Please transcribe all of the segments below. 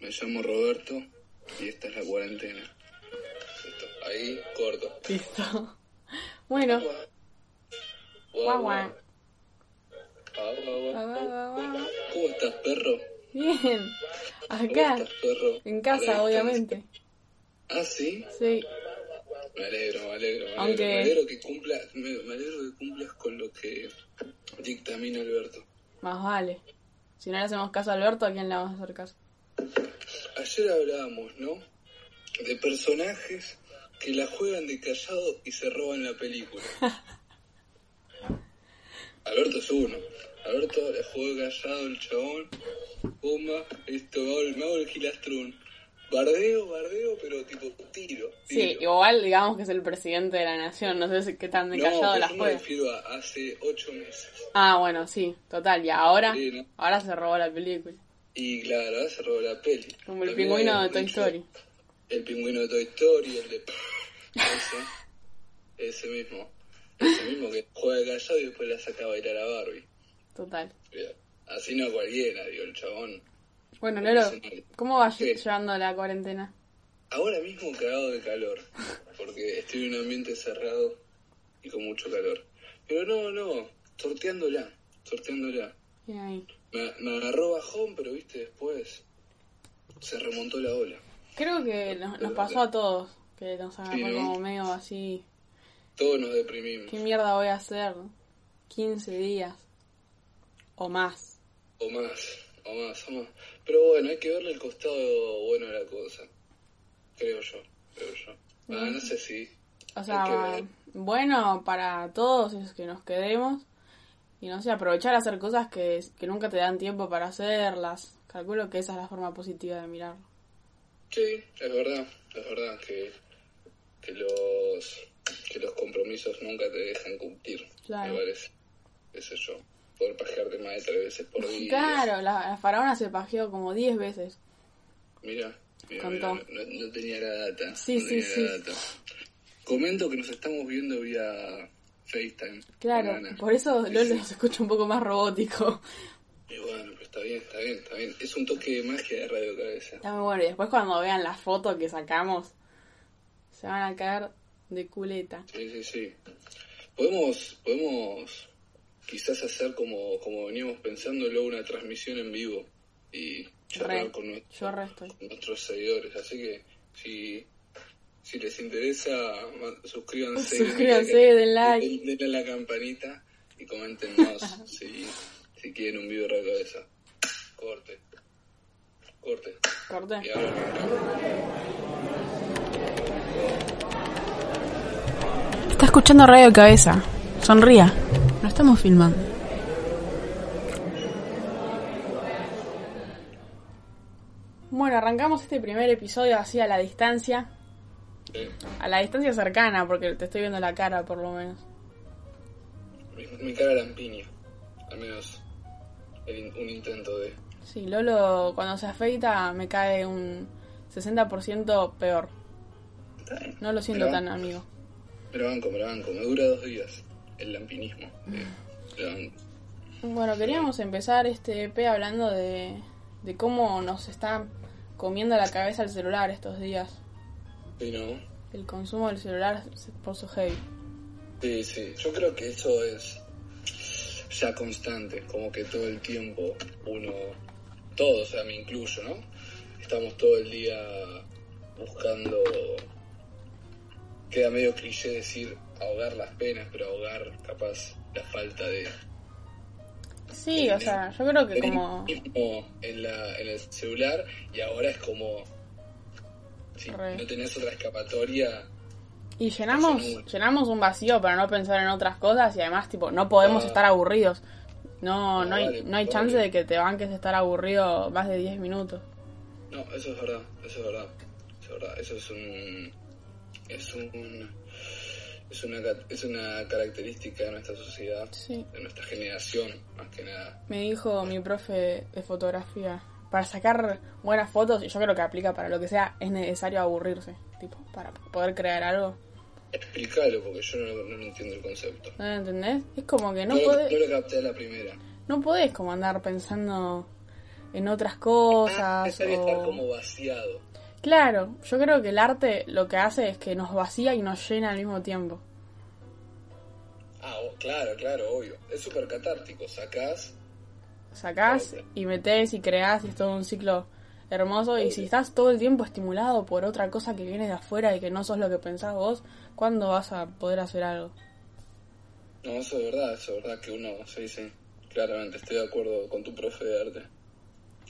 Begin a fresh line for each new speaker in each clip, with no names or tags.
Me llamo Roberto y esta es la cuarentena. Listo, Ahí, corto.
Listo. Bueno. Guau, guau.
Guau, Ah, guau, guau.
Guau, guau, guau, guau.
¿Cómo estás, perro?
Bien.
¿Cómo
Acá.
estás, perro?
En
A la
casa, obviamente.
distancia. Ah, sí.
Sí.
Me alegro, me alegro. Me alegro,
Aunque-
me alegro que cumplas, me, me alegro que cumplas con lo que dictamina Alberto.
Más vale. Si no le hacemos caso a Alberto, ¿a quién le vamos a hacer caso?
Ayer hablábamos, ¿no? De personajes que la juegan de callado y se roban la película. Alberto es uno. Alberto le jugó de callado el chabón. Pumba, esto, me hago el- me hago el gilastrón. Bardeo, bardeo, pero tipo tiro.
Sí,
tiro.
igual digamos que es el presidente de la nación. No sé si- qué tan de
no,
callado
pero
la
yo me
juega.
refiero a hace ocho meses.
Ah, bueno, sí. Total. Y ahora.
Sí, ¿no?
Ahora se robó la película.
Y claro, se robó la peli.
Como el
También
pingüino
hay
de Toy
mucho-
Story.
El pingüino de Toy Story, el de... Ese, ese mismo. Ese mismo que juega callado y después la saca a bailar a Barbie.
Total.
Así no cualquiera, digo, el chabón.
Bueno, Nero, ¿cómo vas
Sí.
llevando la cuarentena?
Ahora mismo cagado de calor, porque estoy en un ambiente cerrado y con mucho calor. Pero no, no, sorteándola, sorteándola.
Bien ahí.
Me, me agarró bajón, pero viste, después se remontó la ola.
Creo que nos, nos pasó a todos. Que nos agarró
Sí, ¿no?
como medio así.
Todos nos deprimimos.
¿Qué mierda voy a hacer? 15 días. O más.
O más, o más, o más. Pero bueno, hay que verle el costado bueno a la cosa. Creo yo, creo yo. Ah, no sé si.
O
Hay que
sea,
ver.
bueno para todos es que nos quedemos. Y no sé, aprovechar a hacer cosas que, que nunca te dan tiempo para hacerlas. Calculo que esa es la forma positiva de mirarlo.
Sí, es verdad, es verdad que, que los que los compromisos nunca te dejan cumplir.
Claro.
Me parece. Qué sé yo. Poder pajearte más de tres veces por día.
Claro, la, la faraona se pajeó como 10 veces.
Mira, mira,
Contó.
mira, no, no tenía la data.
Sí,
no
sí,
tenía
sí.
La data. Comento que nos estamos viendo vía FaceTime.
Claro,
Banana.
por eso
Sí,
Lolo
sí.
se escucha un poco más robótico.
Y bueno, pero está bien, está bien, está bien. Es un toque de magia de Radio Cabeza.
Está muy bueno. Y después cuando vean la foto que sacamos, se van a caer de culeta.
Sí, sí, sí. Podemos, podemos quizás hacer como, como veníamos pensando, luego una transmisión en vivo y charlar
Re.
con, nue-
Yo resto.
con nuestros seguidores. Así que si, si les interesa, ma- suscríbanse.
Suscríbanse,
Denle-
den like.
den- Denle a la campanita y coméntenos si, si quieren un vivo de Radio Cabeza. Corte. Corte.
Corté.
Y ahora arrancamos.
Está escuchando Radio Cabeza. Sonría. No estamos filmando. Bueno, arrancamos este primer episodio así a la distancia.
Sí.
A la distancia cercana, porque te estoy viendo la cara por lo menos.
Mi, mi cara lampiña. Al menos el in- un intento de.
Sí, Lolo cuando se afeita me cae un 60% peor. No lo siento
Pero-
tan amigo.
Pero banco, pero banco. Me dura dos días el lampinismo. Eh, pero banco.
Bueno, queríamos empezar este EP hablando de, de cómo nos está comiendo la cabeza el celular estos días.
Sí, ¿no?
El consumo del celular se puso heavy.
Sí, sí. Yo creo que eso es ya constante. Como que todo el tiempo uno. Todos, o sea, me incluyo, ¿no? Estamos todo el día buscando. Queda medio cliché decir ahogar las penas, pero ahogar capaz la falta de,
Sí, o sea, yo creo que como...
mismo en, la, en el celular y ahora es como si
Re.
no tenés otra escapatoria
Y llenamos, llenamos un vacío para no pensar en otras cosas y además, tipo, no podemos
Ah.
estar aburridos. No, no hay,
Vale,
no hay
vale.
chance de que te banques estar aburrido más de 10 minutos.
No, eso es verdad, eso es verdad. Eso es verdad, eso es un. Es un. Es una, ca- es una característica de nuestra sociedad,
Sí.
de nuestra generación, más que nada.
Me dijo mi profe de fotografía, para sacar buenas fotos, y yo creo que aplica para lo que sea, es necesario aburrirse, tipo, para poder crear algo.
Explícalo, porque yo no, no lo entiendo el concepto.
¿No lo entendés? Es como que no
No lo-
podés,
no lo capté a la primera.
no podés como andar pensando en otras cosas.
Necesario
o-
Ah, estar como vaciado.
Claro, yo creo que el arte lo que hace es que nos vacía y nos llena al mismo tiempo.
Ah, o- claro, claro, obvio. Es súper catártico. Sacás.
Sacás y metés y creás y es todo un ciclo hermoso. Y si estás todo el tiempo estimulado por otra cosa que viene de afuera y que no sos lo que pensás vos, ¿cuándo vas a poder hacer algo?
No, eso es verdad, eso es verdad que uno se dice. Claramente, estoy de acuerdo con tu profe de arte.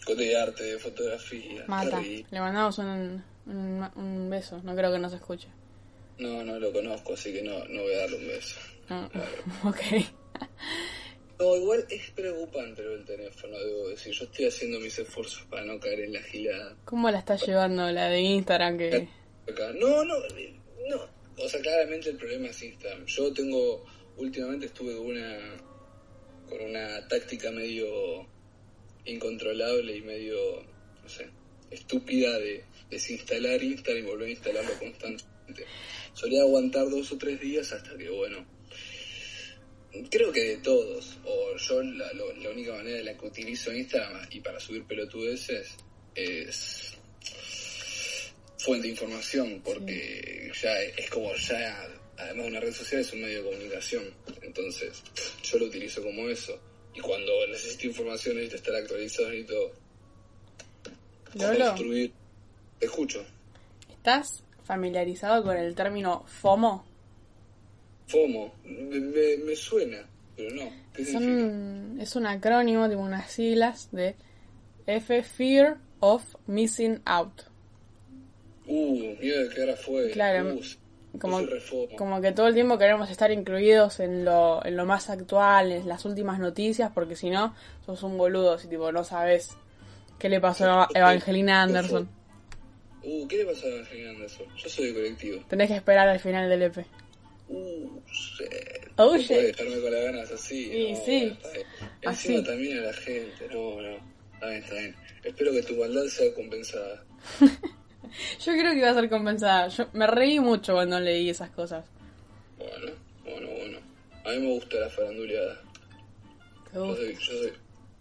Con de arte, de fotografía.
Mata.
Terry.
Le mandamos un, un, un beso. No creo que nos escuche.
No, no lo conozco, así que no, no voy a darle un beso.
No. ok.
No, igual es preocupante lo del teléfono, debo decir. Yo estoy haciendo mis esfuerzos para no caer en la gilada.
¿Cómo la estás llevando la de Instagram?
Eh,
Que...
Acá. No, no, eh, no. O sea, claramente el problema es Instagram. Yo tengo, últimamente estuve con una, con una táctica medio incontrolable y medio, no sé, estúpida de desinstalar Instagram y volver a instalarlo constantemente. Solía aguantar dos o tres días hasta que, bueno, creo que de todos, o yo la, lo- la única manera de la que utilizo Instagram y para subir pelotudeces es fuente de información porque ya es, es como ya además una red social es un medio de comunicación entonces yo lo utilizo como eso y cuando necesito información necesito estar actualizado necesito
Lolo,
construir te escucho
¿estás familiarizado con el término FOMO?
FOMO me, me- me suena pero no ¿qué significa?
Son, es un acrónimo, tipo unas siglas de F, Fear of Missing Out.
uh miedo de quedar afuera
Claro,
uh,
como,
yo soy re FOMO.
como que todo el tiempo queremos estar incluidos en lo, en lo más actual, en las últimas noticias, porque si no, sos un boludo, si tipo no sabes qué le pasó a Evangelina Anderson.
uh ¿qué le pasa a Evangelina Anderson? yo soy de colectivo
Tenés que esperar al final del E EP.
Uh, shit.
Oh,
No
shit.
puede dejarme con las ganas así.
Y
no,
sí.
bueno, está bien. Encima
Así.
también a la gente. No, no. Está bien, está bien. Espero que tu maldad sea compensada.
Yo creo que iba a ser compensada. Yo me reí mucho cuando leí esas cosas.
Bueno, bueno, bueno. A mí me gusta la faranduleada.
Te
Yo
gusta.
soy, yo soy-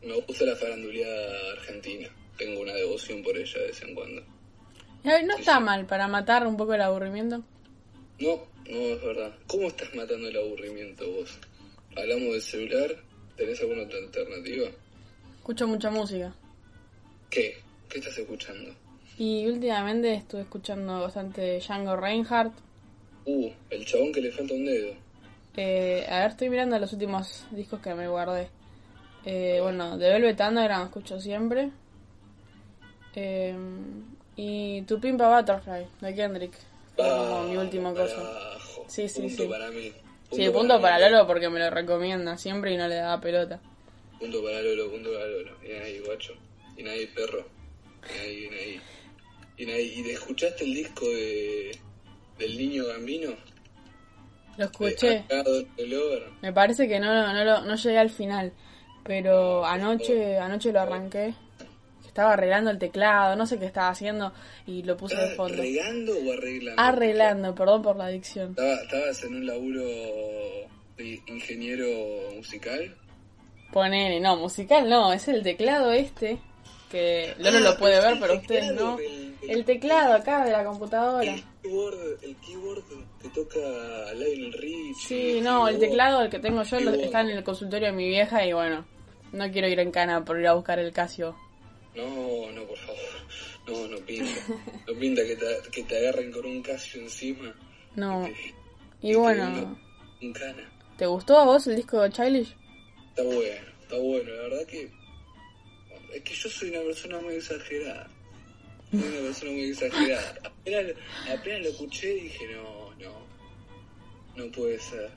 me gusta la faranduleada argentina. Tengo una devoción por ella de vez en cuando.
Ay, No está mal para matar un poco el aburrimiento.
No, no, es verdad. ¿Cómo estás matando el aburrimiento vos? Hablamos del celular. ¿Tenés alguna otra alternativa?
Escucho mucha música.
¿Qué? ¿Qué estás escuchando?
Y últimamente estuve escuchando bastante Django Reinhardt.
Uh, el chabón que le falta un dedo.
Eh, a ver, estoy mirando los últimos discos que me guardé. Eh, bueno, de Velvet Underground escucho siempre. Eh, y Tu Pimpa Butterfly de Kendrick. Fue como mi último cosa.
Carajo,
Sí, sí,
punto
sí.
para mí.
Sí, punto para
mí.
Lolo porque me lo recomienda siempre y no le daba pelota.
Punto para Lolo, punto para Lolo. Bien ahí, guacho. Bien ahí, perro. Bien ahí, bien ahí. Bien ahí. ¿Y te escuchaste el disco de del niño gambino?
Lo escuché.
el over.
Me parece que no, no, lo- no llegué al final. Pero anoche, anoche lo arranqué. Estaba arreglando el teclado, no sé qué estaba haciendo y lo puse de
¿Estás
fondo.
regando o arreglando?
Arreglando, perdón por la adicción.
Estaba- ¿Estabas en un laburo de ingeniero musical?
Ponele, no, musical no, es el teclado este. Que Lolo lo puede ver, pero ustedes no. El teclado acá de la computadora.
El keyboard, el keyboard que toca Lionel Richie.
Sí, no, el
keyboard.
teclado, el que tengo yo, lo-
Keyboard.
está en el consultorio de mi vieja y bueno, no quiero ir en cana por ir a buscar el Casio.
No, no, por favor. No, no pinta. No pinta que te, que te agarren con un casio encima.
No.
Te-
Y bueno,
Un cana.
¿te gustó a vos el disco de Childish?
Está bueno, está bueno. La verdad que. Es que yo soy una persona muy exagerada. Soy una persona muy exagerada. Apenas, apenas lo escuché dije, no, no. No puede ser.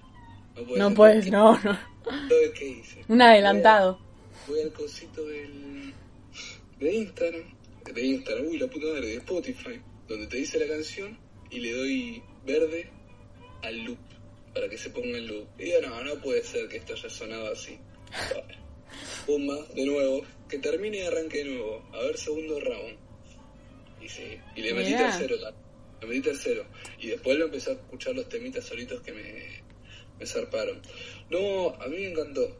puedo
No
decir
puedes,
qué-
no, no.
todo que hice.
Un adelantado.
Eh, Voy al cosito del, de Instagram, de Instagram, uy, la puta madre, de Spotify, donde te dice la canción y le doy verde al loop, para que se ponga el loop. Y digo, no, no puede ser que esto haya sonado así. Pumba, de nuevo, que termine y arranque de nuevo. A ver, segundo round. Y sí, y le metí
Mirá.
tercero, la- le metí tercero. Y después lo empecé a escuchar los temitas solitos que me, me zarparon. No, a mí me encantó.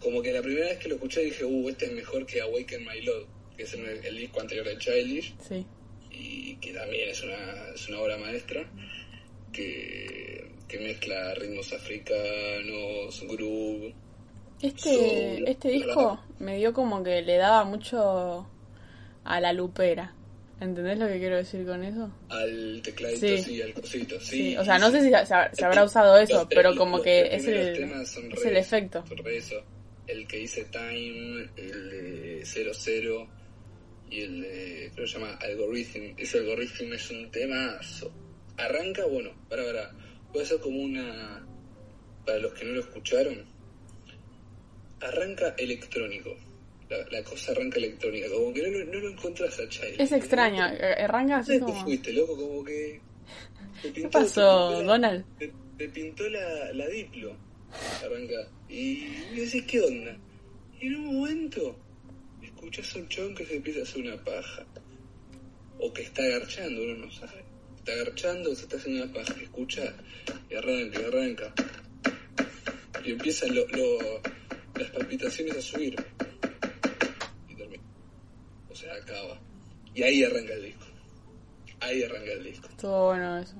Como que la primera vez que lo escuché dije, uh, este es mejor que Awaken My Love, que es el, el disco anterior de Childish,
Sí.
y que también es una, es una obra maestra, que, que mezcla ritmos africanos, groove. Soul,
Este, este disco me dio como que le daba mucho a la lupera. ¿Entendés lo que quiero decir con eso?
Al tecladito,
Sí.
sí, al cosito, sí.
Sí, o sea, no sé si se, se habrá usado eso,
Los tres-
pero como
Este los
que
tres
es
primeros
el,
temas son
es
re
el
eso,
efecto.
son re eso. El que dice Time, el de 00 y el de. Creo que se llama Algorithm. Ese algorithm es un temazo. Arranca, bueno, para, para. Voy a hacer como una. Para los que no lo escucharon, arranca electrónico. La, la cosa arranca electrónica. Como que no, lo- no lo encontrás a Child.
Es extraño, eh, arranca así
¿Dónde te
como...
fuiste, loco? Como que. te
¿Qué
pintó- te
pasó,
pintó la-
Donald?
Te, te pintó la, la diplo. Arranca. Y me decís, ¿qué onda? Y en un momento, escuchás a un chabón que se empieza a hacer una paja. O que está agarchando, uno no sabe. Está agarchando, se está haciendo una paja. Escucha y arranca, y arranca. Y empiezan lo- lo- las palpitaciones a subir. Y termina. O sea, acaba. Y ahí arranca el disco. Ahí arranca el disco.
Estuvo bueno eso.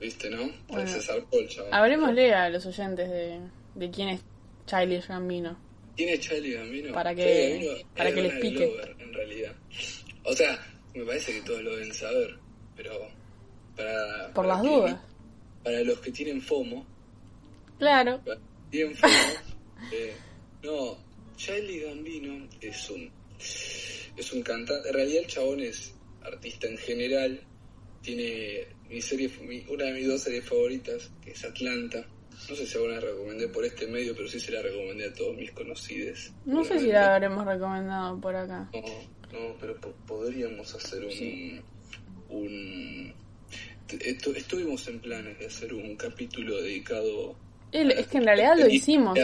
¿Viste, no?
Bueno.
Parece César Paul, chabón.
Hablemosle a los oyentes de, de quién es Childish Gambino.
¿Quién es Charlie Gambino?
Para que-
Charlie Gambino
para
es
que les
Donald
pique.
Glover, en realidad. O sea, me parece que todos lo deben saber, pero para...
Por
para
las
que-
dudas.
Para los que tienen FOMO,
Claro.
para- tienen FOMO, eh, no, Charlie Gambino es un... Es un cantante, en realidad el chabón es artista en general, tiene mi serie, mi- una de mis dos series favoritas, que es Atlanta. No sé si alguna la recomendé por este medio, pero sí se la recomendé a todos mis conocidos.
No sé si
Seguramente.
la habremos recomendado por acá.
No, no, pero po- podríamos hacer un... un t- estu- estuvimos en planes de hacer un capítulo dedicado...
El-
a la
es que en realidad lo
cinefilia
hicimos.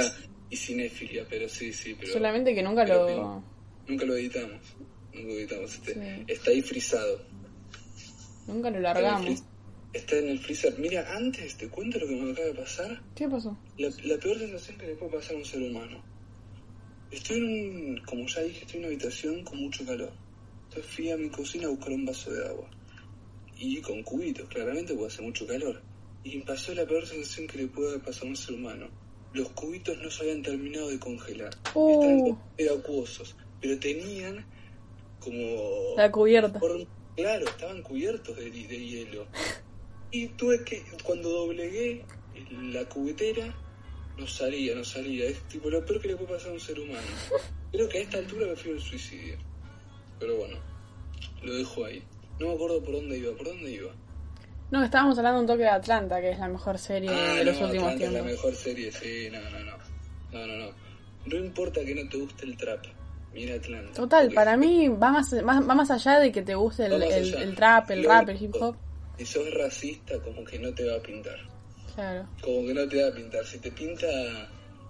Y cinefilia, pero sí, sí, pero
Solamente que nunca
pero
lo...
no. nunca lo editamos. Nunca lo editamos. Este-
Sí.
Está ahí frisado.
Nunca lo
Está en el
largamos.
fri- Está en el freezer. Mira, antes te cuento lo que me acaba de pasar.
¿Qué pasó?
La, la peor sensación que le puede pasar a un ser humano. Estoy en un, como ya dije, estoy en una habitación con mucho calor. Entonces fui a mi cocina a buscar un vaso de agua. Y con cubitos, claramente, porque hace mucho calor. Y me pasó la peor sensación que le puede pasar a un ser humano. Los cubitos no se habían terminado de congelar.
Uh.
Estaban era acuosos. Pero tenían como...
La cubierta.
Por- claro, estaban cubiertos de, de hielo. Y tuve que, cuando doblegué la cubetera, no salía, no salía. Es tipo lo peor que le puede pasar a un ser humano. Creo que a esta altura prefiero el suicidio. Pero bueno, lo dejo ahí. No me acuerdo por dónde iba, por dónde iba.
No, estábamos hablando un toque de Atlanta, que es la mejor serie
Ah,
de los
no,
últimos
Atlanta es la
tiempos.
mejor serie, sí, no, no, no. No, no, no. No importa que no te guste el trap. Mira Atlanta.
Total,
Porque-
para mí va más, más- va más allá de que te guste el,
Va más
el-
allá.
el trap, el
Lo-
rap, el hip hop.
Si sos racista, como que no te va a pintar.
Claro.
Como que no te va a pintar. Si te pinta,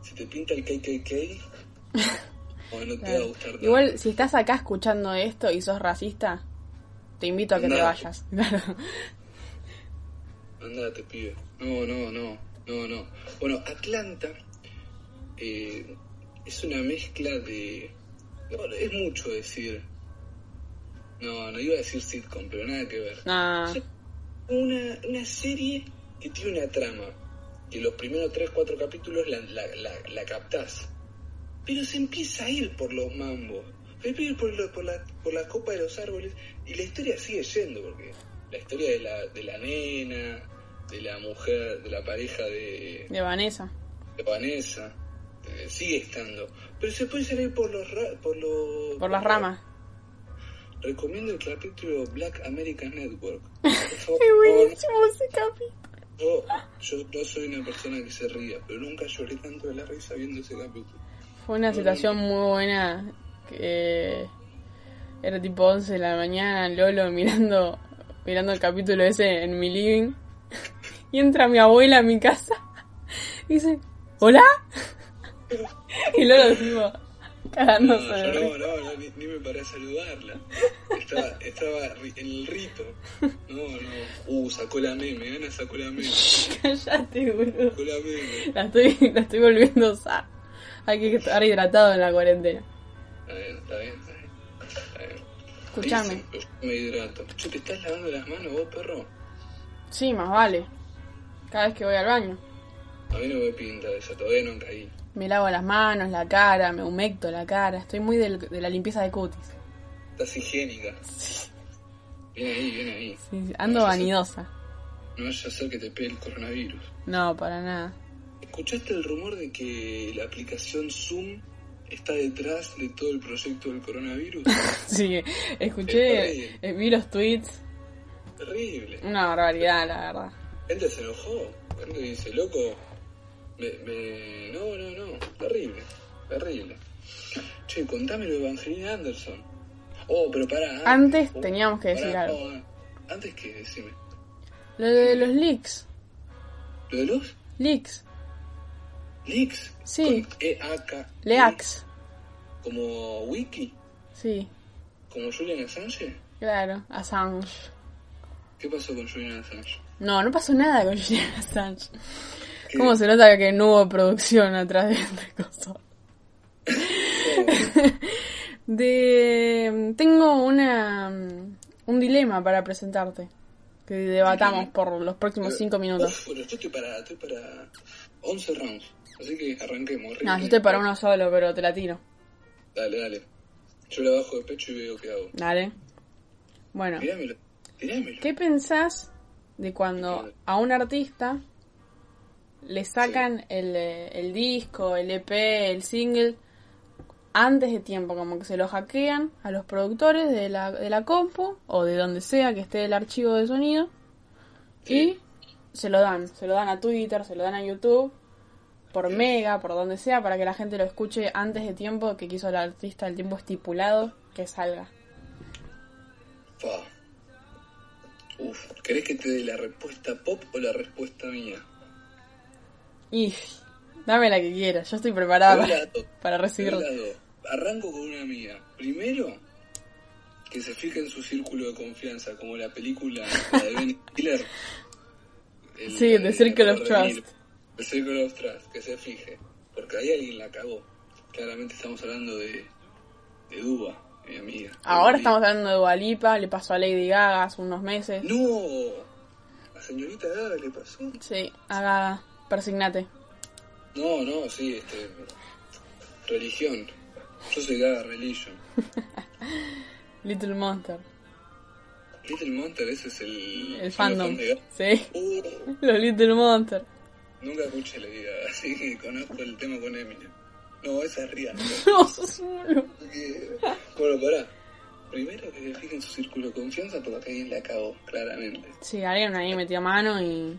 si te pinta el KKK, o no te va a gustar tanto.
Igual, si estás acá escuchando esto y sos racista, te invito a que te
Andá.
vayas. Claro.
Andate, pibe. No, no, no, no, no. Bueno, Atlanta eh, es una mezcla de... no, es mucho decir. No, no iba a decir sitcom, pero nada que ver.
No,
una, una serie que tiene una trama, que los primeros 3, 4 capítulos la, la, la- la captás, pero se empieza a ir por los mambos, se empieza a ir por, lo- por la, por la copa de los árboles y la historia sigue yendo, porque la historia de la, de la nena, de la mujer, de la pareja de,
de Vanessa.
de Vanessa, eh, sigue estando, pero se puede salir por los... ra- Por, los
Por las ramas.
Recomiendo el capítulo Black American Network. Por favor,
¡Qué buenísimo ese capítulo!
Yo, yo no soy una persona que se ría, pero nunca lloré tanto de la risa viendo ese capítulo.
Fue una situación muy buena. Que era tipo 11 de la mañana, Lolo mirando, mirando el capítulo ese en mi living. Y entra mi abuela a mi casa. Y dice, ¿hola? Y Lolo tipo,
No,
cagándose de
yo no,
risa.
no, no, ni, ni me paré a saludarla. Estaba, estaba ri- en el rito. No, no. Uh, sacó la meme, Ana sacó la meme.
Cállate, boludo.
Sacó la meme.
La estoy, la estoy volviendo a usar. Hay que estar hidratado en la cuarentena.
Está bien, está bien, está bien. Está bien.
Escuchame.
Dicen, yo me hidrato. Che, ¿te estás lavando las manos vos, perro?
Sí, más vale. Cada vez que voy al baño.
A mí no me pinta eso, todavía no caí.
Me lavo las manos, la cara, me humecto la cara. Estoy muy del- de la limpieza de cutis.
Estás higiénica. Viene ahí, viene ahí.
Sí, sí, Ando
No vaya a ser-
vanidosa.
No vaya a ser que te pegue el coronavirus.
No, para nada.
¿Escuchaste el rumor de que la aplicación Zoom está detrás de todo el proyecto del coronavirus?
Sí,
Está
escuché,
bien.
eh, vi los tweets.
Terrible.
Una barbaridad, la verdad.
Gente se enojó. Gente dice, loco, me, me- No, no, no. Terrible. Terrible. Che, contame lo de Evangelina Anderson. Oh, pero pará.
Antes
Oh,
teníamos que decir
pará,
algo.
no, ah, antes que decime.
Lo de los leaks.
¿Lo de los
Leaks.
leaks?
Sí.
Con E E-A-K.
Leaks.
Como Wiki.
Sí,
Como Julian Assange.
claro. Assange.
¿Qué pasó con Julian Assange?
No, no pasó nada con Julian Assange.
¿Qué?
¿Cómo se nota que no hubo producción atrás de este coso? De... Tengo una... mm, un dilema para presentarte. Que debatamos
Dilema.
por los próximos cinco minutos.
Uf, pero yo estoy para, estoy para 11 rounds. Así que arranquemos.
No, yo
Ricky.
estoy para uno solo, pero te la tiro.
Dale, dale. Yo la bajo de pecho y veo qué hago.
Dale. Bueno,
Tirámelo. Tirámelo.
¿qué pensás de cuando a un artista le sacan el, eh, el disco, el EP, el single antes de tiempo? Como que se lo hackean a los productores de la, de la compu o de donde sea que esté el archivo de sonido y
Sí.
se lo dan. Se lo dan a Twitter, se lo dan a YouTube, por Mega, por donde sea, para que la gente lo escuche antes de tiempo que quiso el artista, el tiempo estipulado que salga.
Fa. Uf, ¿querés que te dé la respuesta pop o la respuesta mía?
Y dame la que quieras, yo estoy
Te
preparada
doy
para,
las dos,
para
te doy
recibirla.
las dos. Arranco con una mía. Primero, que se fije en su círculo de confianza, como la película la de Ben Stiller. El-
Sí, The
el-
Circle of
el-
Trust.
The Circle of Trust, que se fije. Porque ahí alguien la cagó. Claramente estamos hablando de, de Duba, mi amiga.
Ahora
Mi-
estamos hablando de Dualipa, le pasó a Lady Gaga hace unos meses.
¡No! ¿La señorita Gaga le pasó?
Sí, a Gaga, persignate.
No, no, sí, este. Religión. Yo soy Gaga Religion.
Little Monster,
Little Monster, ese es el.
el
el
fandom.
fan de Gaga.
Sí,
Uh,
los Little Monster.
nunca escuché la idea, así que conozco el tema con Eminem. No, esa es real.
No, sos un boludo.
Porque- bueno, pará. Primero que se fijen su círculo de confianza porque alguien la cagó, claramente.
Sí, alguien ahí metió mano y.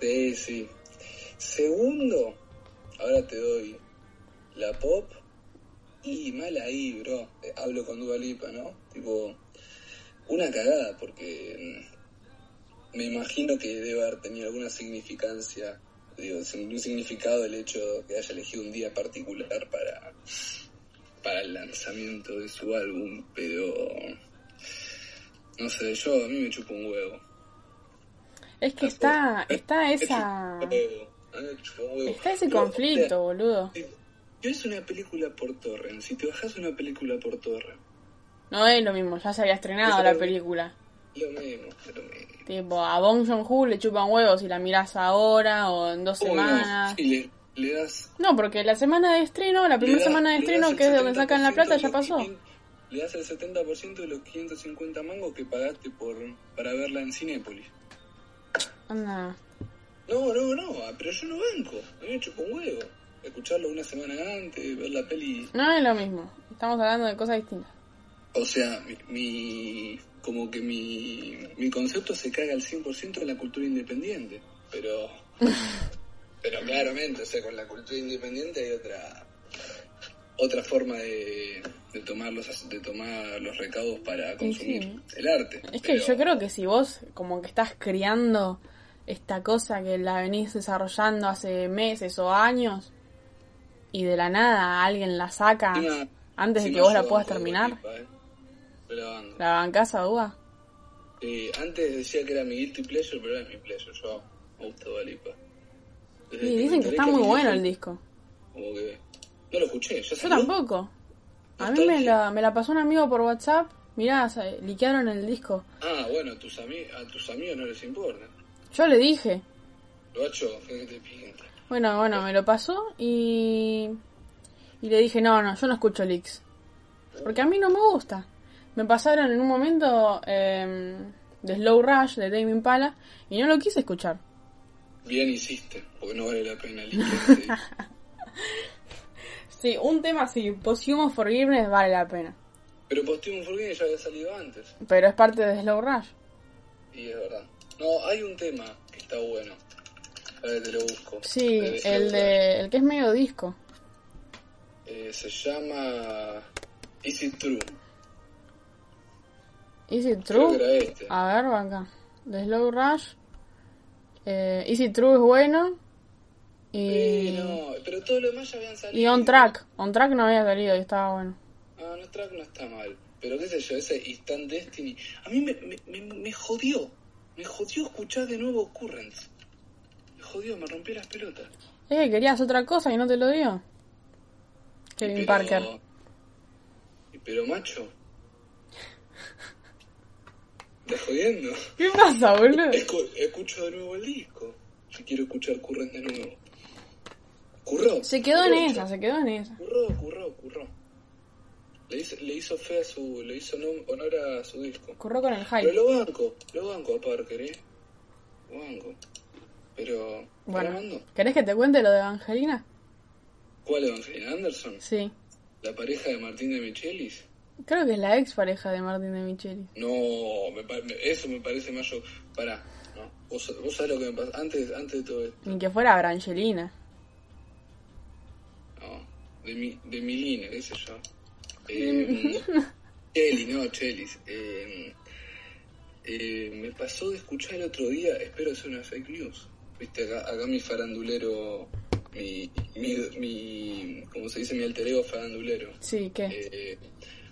Sí, sí. Segundo, ahora te doy la pop y mal ahí, bro. Eh, Hablo con Dua Lipa, ¿no? Tipo, una cagada, porque mm, me imagino que debe haber tenido alguna significancia, digo, sin- un significado el hecho de que haya elegido un día particular para, para el lanzamiento de su álbum, pero no sé, yo a mí me chupo un huevo.
Es que está, está esa. Está
Está
ese conflicto, boludo.
Yo es una película por Torrent. Si te bajas una película por Torrent,
No es lo mismo, ya se había estrenado la película.
lo mismo, lo mismo.
Tipo, a Bong Joon-ho le chupan huevos si la mirás ahora o en dos
¿Cómo no?
semanas.
Si le, le das.
No, porque la semana de estreno, la
le
primera
das-
semana de
le das
estreno,
el
que es de donde sacan la
70%
plata,
de
ya
los
pasó.
500 Le das el 70% de los 550 mangos que pagaste por para verla en Cinépolis.
Anda.
No, no, no, ah, pero yo no banco. A mí me chupo un huevo. Escucharlo una semana antes, ver la peli
No es lo mismo. Estamos hablando de cosas distintas.
O sea, mi, mi- como que mi, mi concepto se caga al 100% en la cultura independiente. pero pero claramente, o sea, con la cultura independiente hay otra otra forma de, de tomar los de tomar los recaudos para consumir el arte.
Es que
pero-
yo creo que si vos como que estás criando esta cosa que la venís desarrollando hace meses o años y de la nada alguien la saca
Encima,
antes de
encima
que vos
yo
la puedas
banco de
terminar,
Tipa, eh. Yo la banco.
la bancás a duda.
Eh, antes decía que era mi guilty pleasure, pero era mi pleasure. Yo me gusta Dua Lipa. Desde
Y
me
dicen que
enteré
está muy
tenía
bueno
hit,
el disco.
Como que no lo escuché. ¿ya
Yo
salió?
tampoco. A mí me la, me la pasó un amigo por WhatsApp. Mirá, se- liquearon el disco.
Ah, bueno, a tus, ami- a tus amigos no les importa.
Yo le dije.
Lo hecho, que te piden.
Bueno, bueno, me lo pasó y... Y le dije, no, no, yo no escucho leaks. Porque a mí no me gusta. Me pasaron en un momento eh, de Slow Rush, de Damien Pala, y no lo quise escuchar.
Bien hiciste, porque no vale la pena liquidarte.
Sí, un tema así, Posthumous Forgiveness vale la pena.
Pero Postum Forgiven ya había salido antes,
Pero es parte de Slow Rush.
y es verdad. No, hay un tema que está bueno. A ver, te lo busco.
Sí,
Te deseo
el de... El que es medio disco.
Eh, se llama Is It True.
Is it
Creo
true?
que era este.
A ver, va acá. The Slow Rush. Eh, Easy True es bueno.
Eh,
Y,
no, pero todo lo demás ya habían salido.
y On Track. On Track no había salido y estaba bueno.
Ah, no, track no está mal. Pero qué sé yo, ese Instant Destiny. A mí me, me, me, me jodió. Me jodió escuchar de nuevo Currents. Me jodió, me rompió las pelotas.
Es que querías otra cosa y no te lo dio. Kevin
Pero-
Parker.
y Pero macho. ¿Estás jodiendo?
¿Qué pasa, boludo?
Escu- escucho de nuevo el disco. Si quiero escuchar Currents de nuevo. Curró.
Se quedó en
Curró,
esa, se quedó en esa.
Curró, curró, curró. Le hizo, le hizo fe a su. Le hizo nom- honor a su disco.
Ocurrió con el
Pero
hype.
lo banco, lo banco a Parker, ¿eh? Lo banco. Pero.
Bueno,
¿grabando?
¿querés que te cuente lo de Evangelina?
¿Cuál Evangelina Anderson?
Sí.
¿La pareja de Martín de Michelis?
Creo que es la ex pareja de Martín de Micheli.
No, me pa- me- eso me parece más yo. Pará, no. Vos, vos sabés lo que me pasa. Antes, antes de todo esto.
Ni que fuera Brangelina.
No. De mi, de mi línea, qué sé yo. Eh, Cheli, no, Chelis. Eh, eh, me pasó de escuchar el otro día, espero sea una fake news. Viste, acá, acá mi farandulero, mi, mi, mi, como se dice, mi alter ego farandulero.
Sí, ¿qué?
Eh,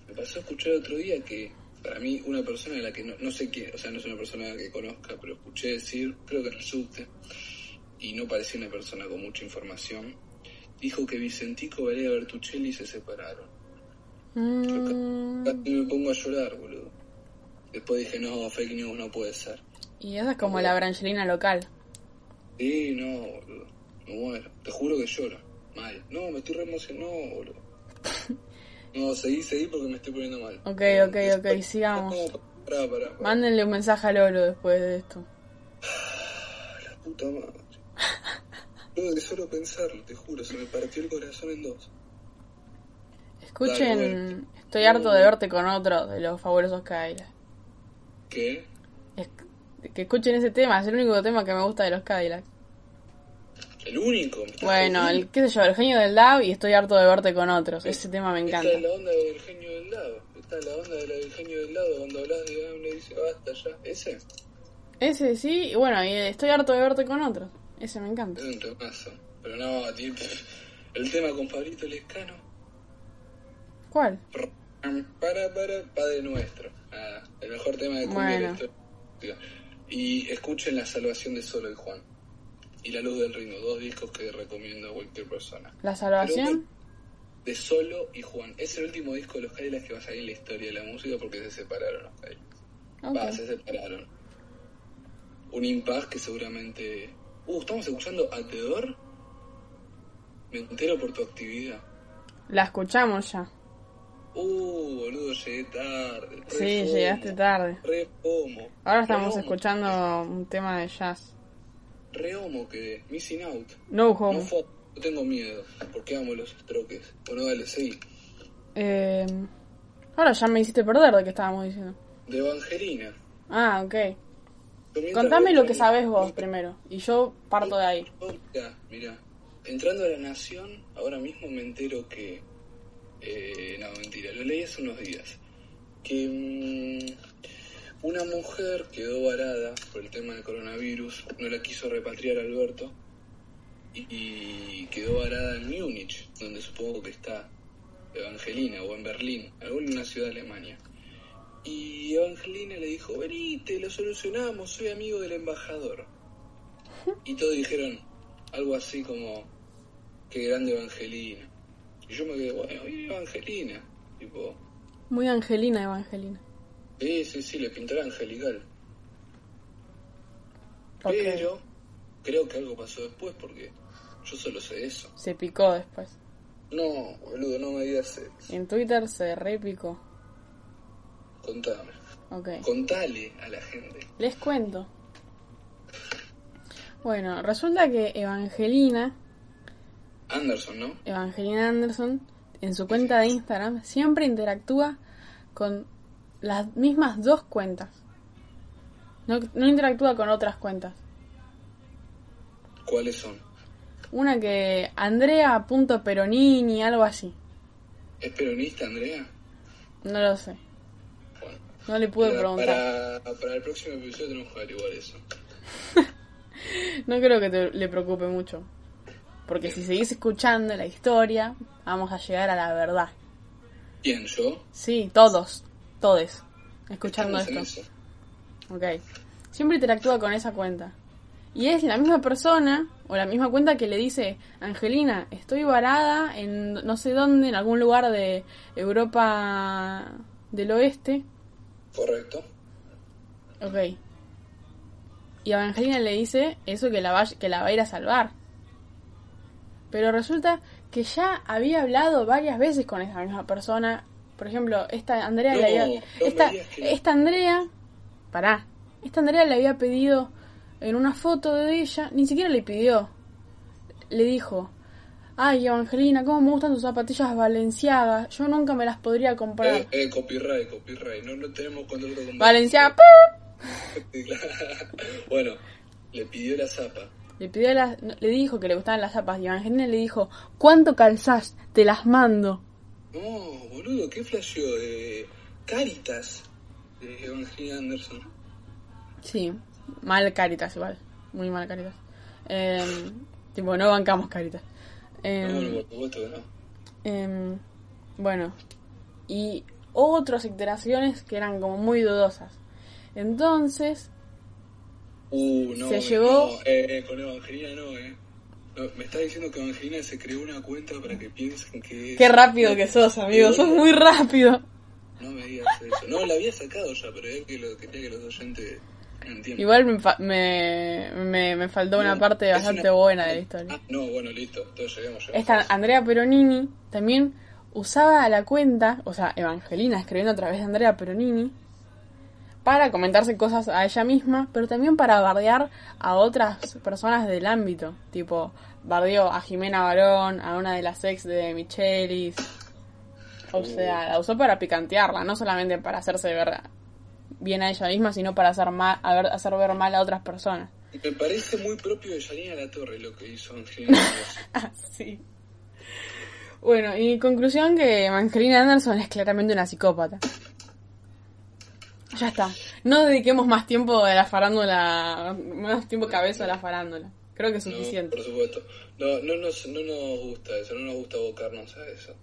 me pasó a escuchar otro día que para mí una persona a la que no, no sé quién, o sea, no es una persona que conozca, pero escuché decir, creo que en el subte, y no parecía una persona con mucha información, dijo que Vicentico Varea Bertuccelli se separaron.
Mm,
Casi me pongo a llorar, boludo. Después dije, no, fake news no puede ser.
y esa es como la Brangelina local.
Sí, no, boludo. Me muero. Te juro que lloro. Mal. No, me estoy re emocionado, boludo. No, seguí, seguí porque me estoy poniendo mal.
Ok, ok, ok, sigamos.
No, pará, pará, pará.
Mándenle un mensaje a Lolo después de esto.
Puta madre. No, de solo pensarlo, te juro, se me partió el corazón en dos. Dale,
Escuchen, estoy harto de verte con otro de los fabulosos Cadillacs.
¿Qué?
Es- Que escuchen ese tema, es el único tema que me gusta de los Cadillacs.
El único. me estás
Bueno,
jodiendo.
el, qué sé yo, el genio del DAB y estoy harto de verte con otros. Ese tema me
Esta es
encanta.
la onda del genio del lado. Esta es la onda de la del genio del lado. Cuando hablas de ah, uno dice basta ya. Ese es
Ese sí, y bueno, y estoy harto de verte con otros. Ese me encanta.
un temazo. Pero no, tío, el tema con Pablito Lescano.
¿Cuál?
Para, para, Padre Nuestro. Nada, el mejor tema de cumbia
Bueno.
que estoy- Y escuchen La Salvación de Solo y Juan. Y La Luz del Reino, dos discos que recomiendo a cualquier persona.
¿La salvación?
De Solo y Juan. Es el último disco de los Cadillacs que va a salir en la historia de la música porque se separaron los Cadillacs.
Ok.
Va, se separaron. Un impas que seguramente... Uh, estamos escuchando a The Door? Me entero por tu actividad.
La escuchamos ya.
Uh, boludo, llegué tarde. re
Sí,
fomo,
llegaste tarde.
Re homo.
Ahora estamos
Re homo.
escuchando un tema de jazz.
Re homo quedé. Missing out.
No
No,
home.
fo- no tengo miedo. Porque amo los troques. Bueno, dale, seguí.
Eh, ahora ya me hiciste perder de que estábamos diciendo.
De Evangelina.
Ah, ok.
Pero mientras
Contame
voy
lo que
hablando-
sabes vos primero. Y yo parto de ahí.
Mira, mira, entrando a la Nación, ahora mismo me entero que. eh, no, mentira, lo leí hace unos días. Que mm, una mujer quedó varada por el tema del coronavirus, no la quiso repatriar Alberto, y, y quedó varada en Múnich, donde supongo que está Evangelina, o en Berlín, alguna ciudad de Alemania. Y Evangelina le dijo: Venite, lo solucionamos, soy amigo del embajador. Y todos dijeron algo así como, qué grande Evangelina. Y yo me quedé, bueno, y Evangelina. Tipo,
Muy Angelina, Evangelina.
sí, sí, sí, le pintará angelical.
Ok.
Pero creo que algo pasó después porque yo solo sé eso.
Se picó después.
No, boludo, no me digas eso.
En Twitter se repicó.
Contame.
Ok.
Contale a la gente.
Les cuento. Bueno, resulta que Evangelina,
Anderson, ¿no?
Evangelina Anderson, en su cuenta de Instagram, siempre interactúa con las mismas dos cuentas. No, no interactúa con otras cuentas.
¿Cuáles son?
Una que Andrea.peronini, algo así.
¿Es peronista, Andrea?
No lo sé.
Bueno.
No le pude
para-
preguntar.
para, para el próximo episodio tenemos que averiguar eso.
No creo que te- le preocupe mucho. Porque si seguís escuchando la historia, vamos a llegar a la verdad.
¿Quién, yo?
Sí, todos, todes, escuchando
Estamos en
esto.
eso.
Ok. Siempre interactúa con esa cuenta. Y es la misma persona, o la misma cuenta que le dice, Angelina, estoy varada en no sé dónde, en algún lugar de Europa del Oeste.
Correcto.
Ok. Y Evangelina le dice eso que la, va, que la va a ir a salvar. Pero resulta que ya había hablado varias veces con esa misma persona. Por ejemplo, esta Andrea le
No, no
había.
me
esta,
digas que-
esta Andrea. Pará. Esta Andrea le había pedido en una foto de ella. Ni siquiera le pidió. Le dijo. Ay, Evangelina, cómo me gustan tus zapatillas valenciagas. Yo nunca me las podría comprar.
Eh, eh, copyright, copyright. No, no tenemos contrato con
Valenciaga. ¡pum!
bueno, le pidió la zapa.
Le pidió las- no, le dijo que le gustaban las zapas y Evangelina le dijo, ¿cuánto calzás? Te las mando.
No, boludo, qué flasheo de Caritas de Evangelina Anderson.
Sí, mal caritas igual, muy mal caritas. Eh, tipo, no bancamos caritas. Eh,
No, no, por supuesto que no.
eh, bueno, y otras iteraciones que eran como muy dudosas. Entonces,
Uh, no.
Se
eh,
llevó-
no, eh, eh, con Evangelina no, eh. No, me está diciendo que Evangelina se creó una cuenta para que piensen que. es-
qué rápido que sos, amigo, sos muy rápido.
No me digas eso. No, la había sacado ya, pero es que lo quería que los oyentes entiendan.
Igual me, fa- me, me- me faltó una
No,
parte
es
bastante
una-
buena de la historia.
Ah, no, bueno, listo. Entonces llegamos. llegamos a
Esta
eso.
Andrea Peronini también usaba la cuenta, o sea, Evangelina escribiendo a través de Andrea Peronini, para comentarse cosas a ella misma, pero también para bardear a otras personas del ámbito. Tipo, bardeó a Jimena Barón, a una de las ex de Michelis. O sea, la usó para picantearla, no solamente para hacerse ver bien a ella misma, sino para hacer, mal, a ver- hacer ver mal a otras personas.
Me parece muy propio de Yanina La Torre lo que hizo Angelina Anderson.
Ah, Sí. Bueno, y en conclusión que Angelina Anderson es claramente una psicópata. Ya está. No dediquemos más tiempo a la farándula, más tiempo cabeza a la farándula. Creo que es
No,
suficiente.
por supuesto. No, no, nos, no nos gusta eso, no nos gusta abocarnos a eso.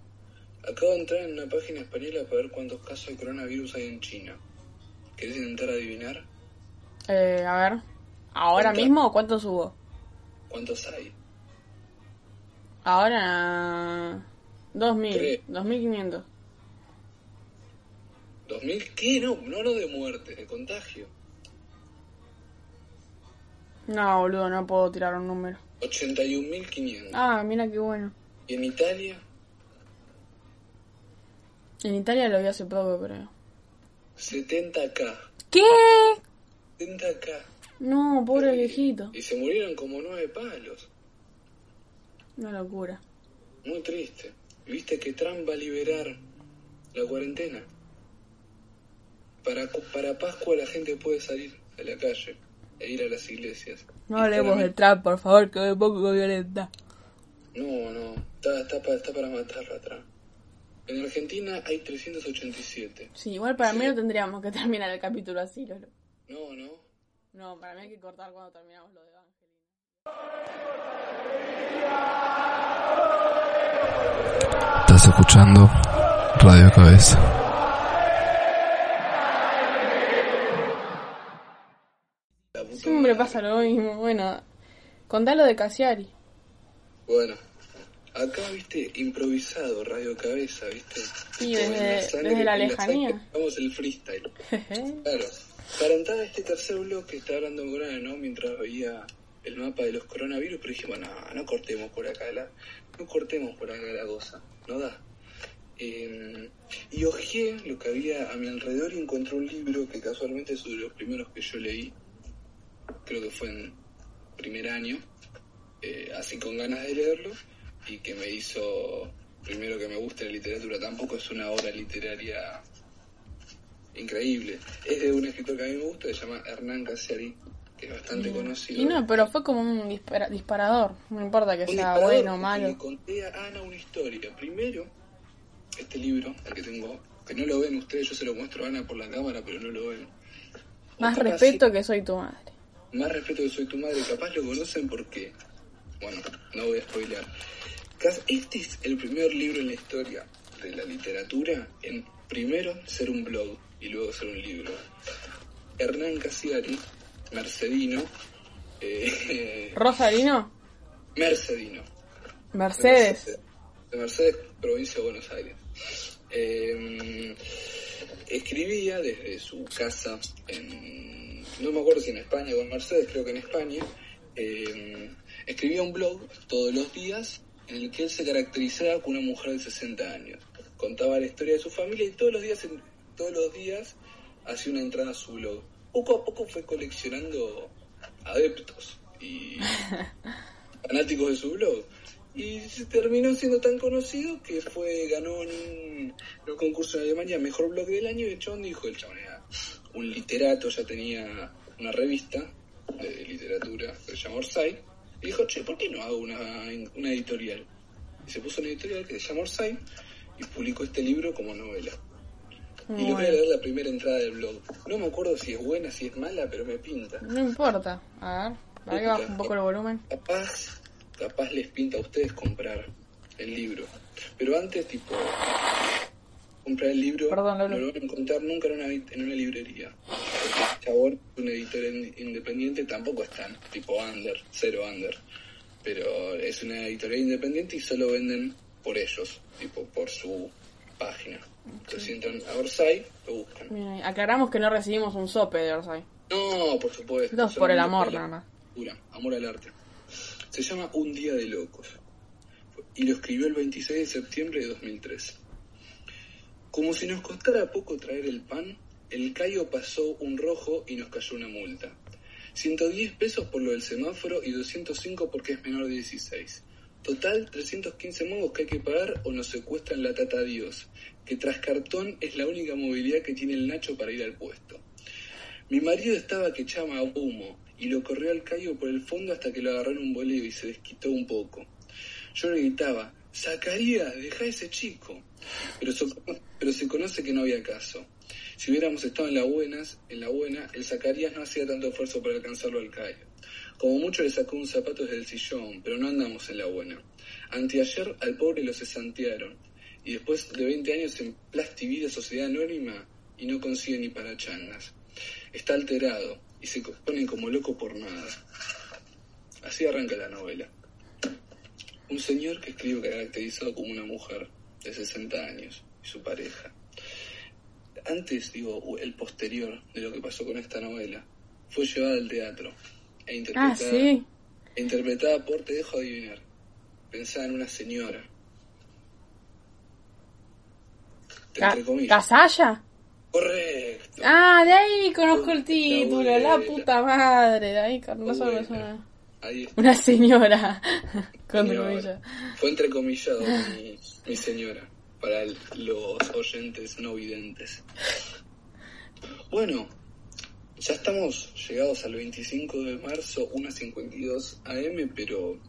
Acabo de entrar en una página española para ver cuántos casos de coronavirus hay en China. ¿Querés intentar adivinar
Eh, a ver, ¿ahora
¿Cuánto?
mismo o cuánto subo?
cuántos hay?
Ahora... 2.000,
Tres.
2.500.
¿2000? ¿Qué? No, no, no de muerte, de contagio.
No, boludo, no puedo tirar un número.
81.500.
Ah, mira qué bueno.
¿Y en Italia?
En Italia lo vi hace poco, creo.
70k.
¿Qué?
70k.
No, pobre
Y-
viejito.
Y se murieron como nueve palos.
Una locura.
Muy triste. Viste que Trump va a liberar la cuarentena. Para, cu- para Pascua la gente puede salir a la calle. e ir a las iglesias.
No
Y
hablemos
solamente-
del trap, por favor, que es un poco violenta.
No, no, está, está, pa- está para matarlo atrás. En Argentina hay 387.
Sí, igual para mí no tendríamos que terminar el capítulo así, Lolo.
No, no.
No, para mí hay que cortar cuando terminamos lo de Evangelina.
Estás escuchando Radio Cabeza.
La puta
Siempre
madre.
pasa lo mismo. Bueno, contá lo de Cassiari.
Bueno, acá, viste, improvisado, radio cabeza, viste.
Sí,
Como en
desde-
sangre-
desde la
en
lejanía.
sangre Vamos el freestyle. Claro. Para entrar a este tercer bloque, estaba hablando con Ana, ¿no? Mientras veía el mapa de los coronavirus, pero dijimos, no, no cortemos por acá la, no cortemos por acá la cosa, no da. Eh, y hojeé lo que había a mi alrededor y encontré un libro que casualmente es uno de los primeros que yo leí, creo que fue en primer año, eh, así con ganas de leerlo, y que me hizo, primero que me gusta la literatura, tampoco es una obra literaria increíble. Es de un escritor que a mí me gusta, se llama Hernán Casiari, que es bastante conocido.
Y no, pero fue como un dispara- disparador. No importa que
Un
sea
disparador,
bueno o
porque
malo.
Le conté a Ana una historia. Primero, este libro, el que tengo, que no lo ven ustedes, yo se lo muestro a Ana por la cámara, pero no lo ven. O
Más
capaz
respeto que soy tu madre.
sí, más respeto que soy tu madre, capaz lo conocen porque. Bueno, no voy a spoilear. Cas- Este es el primer libro en la historia de la literatura en primero ser un blog y luego ser un libro. Hernán Casiari, Mercedino, eh,
Rosalino,
Mercedino,
Mercedes.
de Mercedes, provincia de Buenos Aires. Eh, escribía desde su casa en. No me acuerdo si en España o en Mercedes, creo que en España. eh, escribía un blog todos los días en el que él se caracterizaba como una mujer de 60 años. Contaba la historia de su familia y todos los días, en- todos los días hacía una entrada a su blog. Poco a poco fue coleccionando adeptos y fanáticos de su blog. Y se terminó siendo tan conocido que fue ganó en los concursos de Alemania mejor blog del año y el chabón dijo, el chabón era un literato, ya tenía una revista de literatura que se llama Orsay, y dijo, che, ¿por qué no hago una, una editorial? Y se puso una editorial que se llama Orsay y publicó este libro como novela. Y le voy a leer la primera entrada del blog. No me acuerdo si es buena, si es mala, pero me pinta.
No importa. A ver, para que baje un poco el volumen.
Capaz, capaz les pinta a ustedes comprar el libro. Pero antes, tipo, comprar el libro
Perdón, Lolo.
no lo van a encontrar nunca en una, en una librería. Porque Chabón, un editor in- independiente, tampoco están, tipo under, cero under. Pero es una editorial independiente y solo venden por ellos, tipo por su página. Entonces entran a Orsay, lo buscan.
Bien ahí. aclaramos que no recibimos un sope de Orsay.
No, por supuesto.
Dos por el
Solamente
amor,
por la
nada más.
cultura, amor al arte. Se llama Un Día de Locos. Y lo escribió el 26 de septiembre de 2003. Como si nos costara poco traer el pan, el callo pasó un rojo y nos cayó una multa. 110 pesos por lo del semáforo y 205 porque es menor de 16. Total, 315 mangos que hay que pagar o nos secuestran la tata Dios, que tras cartón es la única movilidad que tiene el Nacho para ir al puesto. Mi marido estaba que echaba a humo y lo corrió al callo por el fondo hasta que lo agarró en un boleo y se desquitó un poco. Yo le gritaba, Zacarías, deja a ese chico. Pero, so- pero se conoce que no había caso. Si hubiéramos estado en la, buenas, en la buena, el Zacarías no hacía tanto esfuerzo para alcanzarlo al callo. Como mucho le sacó un zapato desde el sillón, pero no andamos en la buena. Anteayer al pobre lo cesantearon. Y después de 20 años en Plastivida Sociedad Anónima y no consigue ni para changas está alterado y se co- pone como loco por nada. Así arranca la novela. Un señor que escribe caracterizado como una mujer de 60 años y su pareja. Antes, digo, el posterior de lo que pasó con esta novela, fue llevada al teatro e interpretada,
Ah, sí.
e interpretada por, te dejo adivinar, pensada en una señora. Te
Ca-
entre comillas.
¿Casalla?
Correcto.
Ah, de ahí conozco el
La
título, la
abuela.
puta madre. De ahí con- no solo
Abuela.
es una,
Ahí está.
una señora. con
Señora.
rodillas.
Fue entrecomillado mi, mi señora, para el- los oyentes no videntes. Bueno, Ya estamos llegados al 25 de marzo, 1.52 AM, pero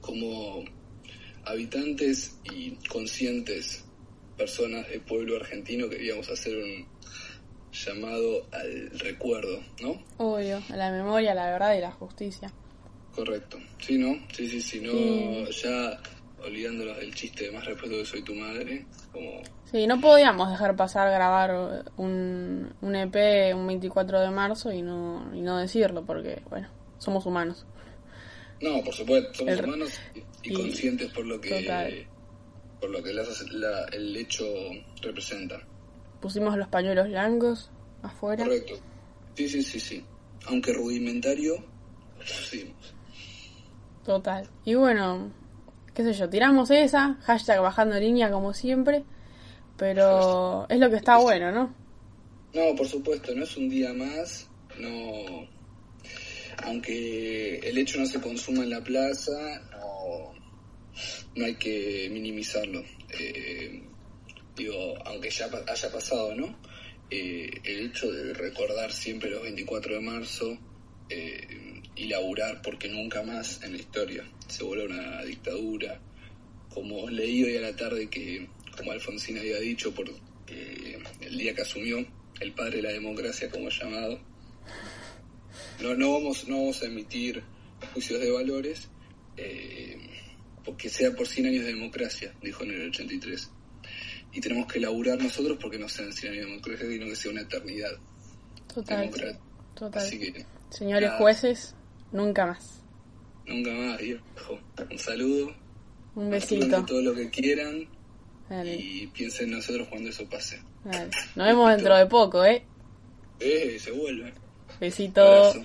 como habitantes y conscientes personas del pueblo argentino queríamos hacer un llamado al recuerdo, ¿no?
Obvio, a la memoria, la verdad y la justicia.
Correcto. Sí, ¿no? Sí, sí, sí, no, ya olvidándonos del chiste de más respeto que soy tu madre, como
Sí, no podíamos dejar pasar grabar un, un EP un 24 de marzo y no, y no decirlo, porque, bueno, somos humanos.
No, por supuesto, somos
El-
humanos y, y
y-
conscientes por lo que
total.
por lo que la- la- el hecho representa.
Pusimos los pañuelos blancos afuera.
Correcto. Sí, sí, sí, sí. Aunque rudimentario, lo pusimos.
Total. Y bueno, qué sé yo, tiramos esa, hashtag bajando línea como siempre, pero es lo que está bueno, ¿no?
No, por supuesto, no es un día más, no. Aunque el hecho no se consuma en la plaza, no, no hay que minimizarlo. Eh, digo, aunque ya pa- haya pasado, ¿no? Eh, el hecho de recordar siempre los 24 de marzo eh, y laburar porque nunca más en la historia se vuelve una dictadura. Como leí hoy a la tarde que, como Alfonsín había dicho, por eh, el día que asumió el padre de la democracia como es llamado, no, no, vamos, no vamos a emitir juicios de valores eh, porque sea por 100 años de democracia, dijo en el 83 y tenemos que laburar nosotros porque no sean 100 años de democracia, sino que sea una eternidad.
Total.
democrática.
Total.
Así que
Señores
nada,
jueces, nunca más.
Nunca más, viejo. Un saludo.
Un
Disfruten
besito.
todo lo que quieran
Dale,
y piensen en nosotros cuando eso pase.
dale. Nos vemos dentro de poco, ¿eh?
Eh, se vuelve.
Besito.
Abrazo.